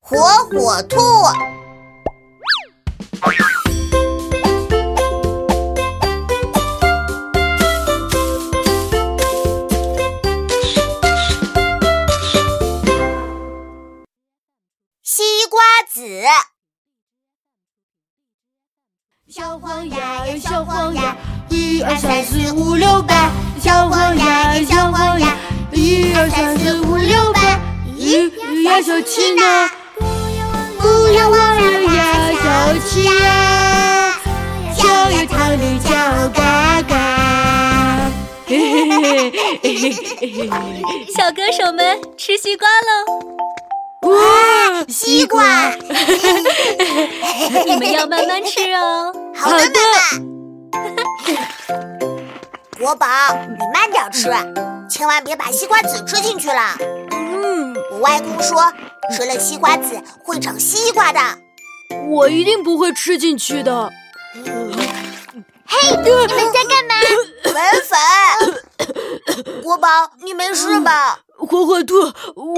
火火兔。西瓜子，小黄鸭儿，小黄鸭，一二三四五六八。小黄鸭儿，小黄鸭，一二三四五六八。鱼呀小七呢？不要忘了呀，小七呀，小鸭糖里叫嘎嘎。嘿嘿嘿嘿嘿嘿嘿嘿！小歌手们吃西瓜喽！哇，西瓜，你们要慢慢吃哦。 好的，妈妈。国宝，你慢点吃，千万别把西瓜籽吃进去了。嗯，我外公说，吃了西瓜籽会长西瓜的。嗯我一定不会吃进去的。你们在干嘛？粉粉，国宝，你没事吧？火火兔，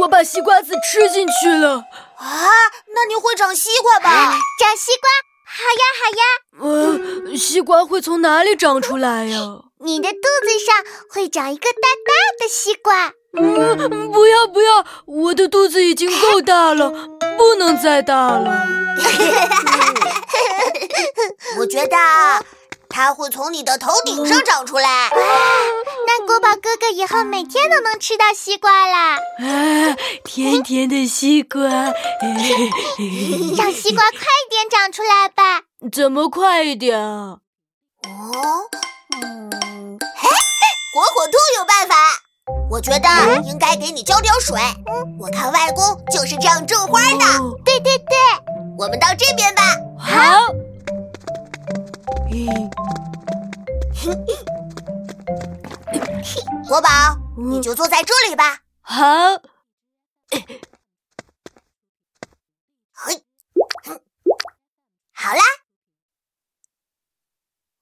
我把西瓜籽吃进去了。啊，那你会长西瓜吧？长西瓜，好呀好呀。呃，西瓜会从哪里长出来呀、你的肚子上会长一个大大的西瓜。嗯，不要不要，我的肚子已经够大了，不能再大了。我觉得它会从你的头顶上长出来。那国宝哥哥以后每天都能吃到西瓜 啦，啊，甜甜的西瓜，让西瓜快点长出来吧。 怎么快一点啊？哦，嗯，嘿，火火兔有办法。我觉得应该给你浇点水。我看外公就是这样种花的。哦，我们到这边吧。好。嗯国宝，嗯你就坐在这里吧。好，嘿，好啦。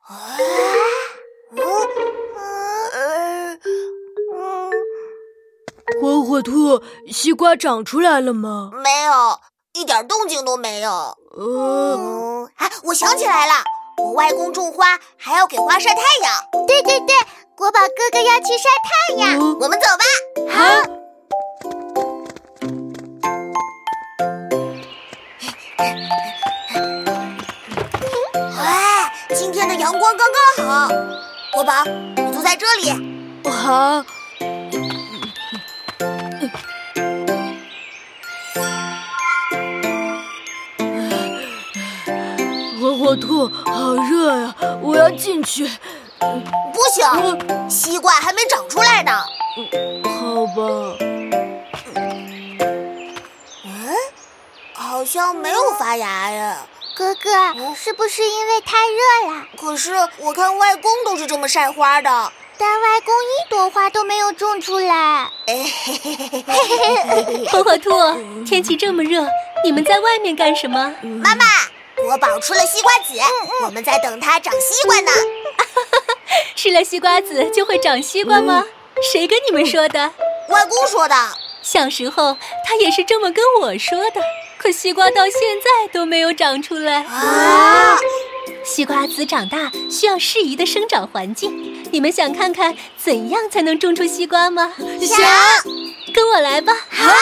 啊，嗯，呃嗯，火火兔，西瓜长出来了吗？没有，一点动静都没有。呃，嗯，哎，我想起来了，我外公种花还要给花晒太阳。嗯对对对，国宝哥哥要去晒太阳。我们走吧。好，哎，今天的阳光刚刚好。国宝，你坐在这里。好，火火兔，好热呀、我要进去。不行，嗯，西瓜还没长出来呢。好吧，嗯，好像没有发芽呀。嗯哥哥，是不是因为太热了？可是我看外公都是这么晒花的。但外公一朵花都没有种出来。火火兔，天气这么热，你们在外面干什么？嗯妈妈，国宝吃了西瓜籽，嗯我们在等它长西瓜呢。吃了西瓜籽就会长西瓜吗？谁跟你们说的？嗯外公说的。小时候他也是这么跟我说的，可西瓜到现在都没有长出来。啊，西瓜籽长大需要适宜的生长环境，你们想看看怎样才能种出西瓜吗？想跟我来吧。好，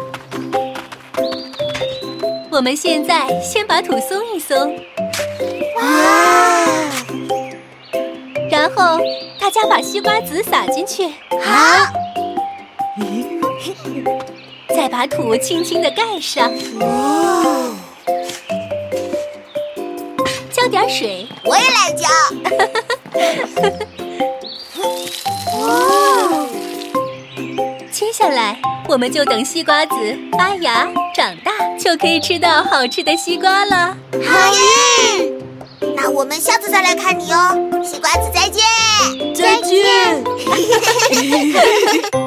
我们现在先把土松一松，然后大家把西瓜籽撒进去，好，再把土轻轻的盖上，浇点水，我也来教。 哦接下来，我们就等西瓜籽发芽长大，就可以吃到好吃的西瓜了。好耶！那我们下次再来看你哦，西瓜子，再见。再见。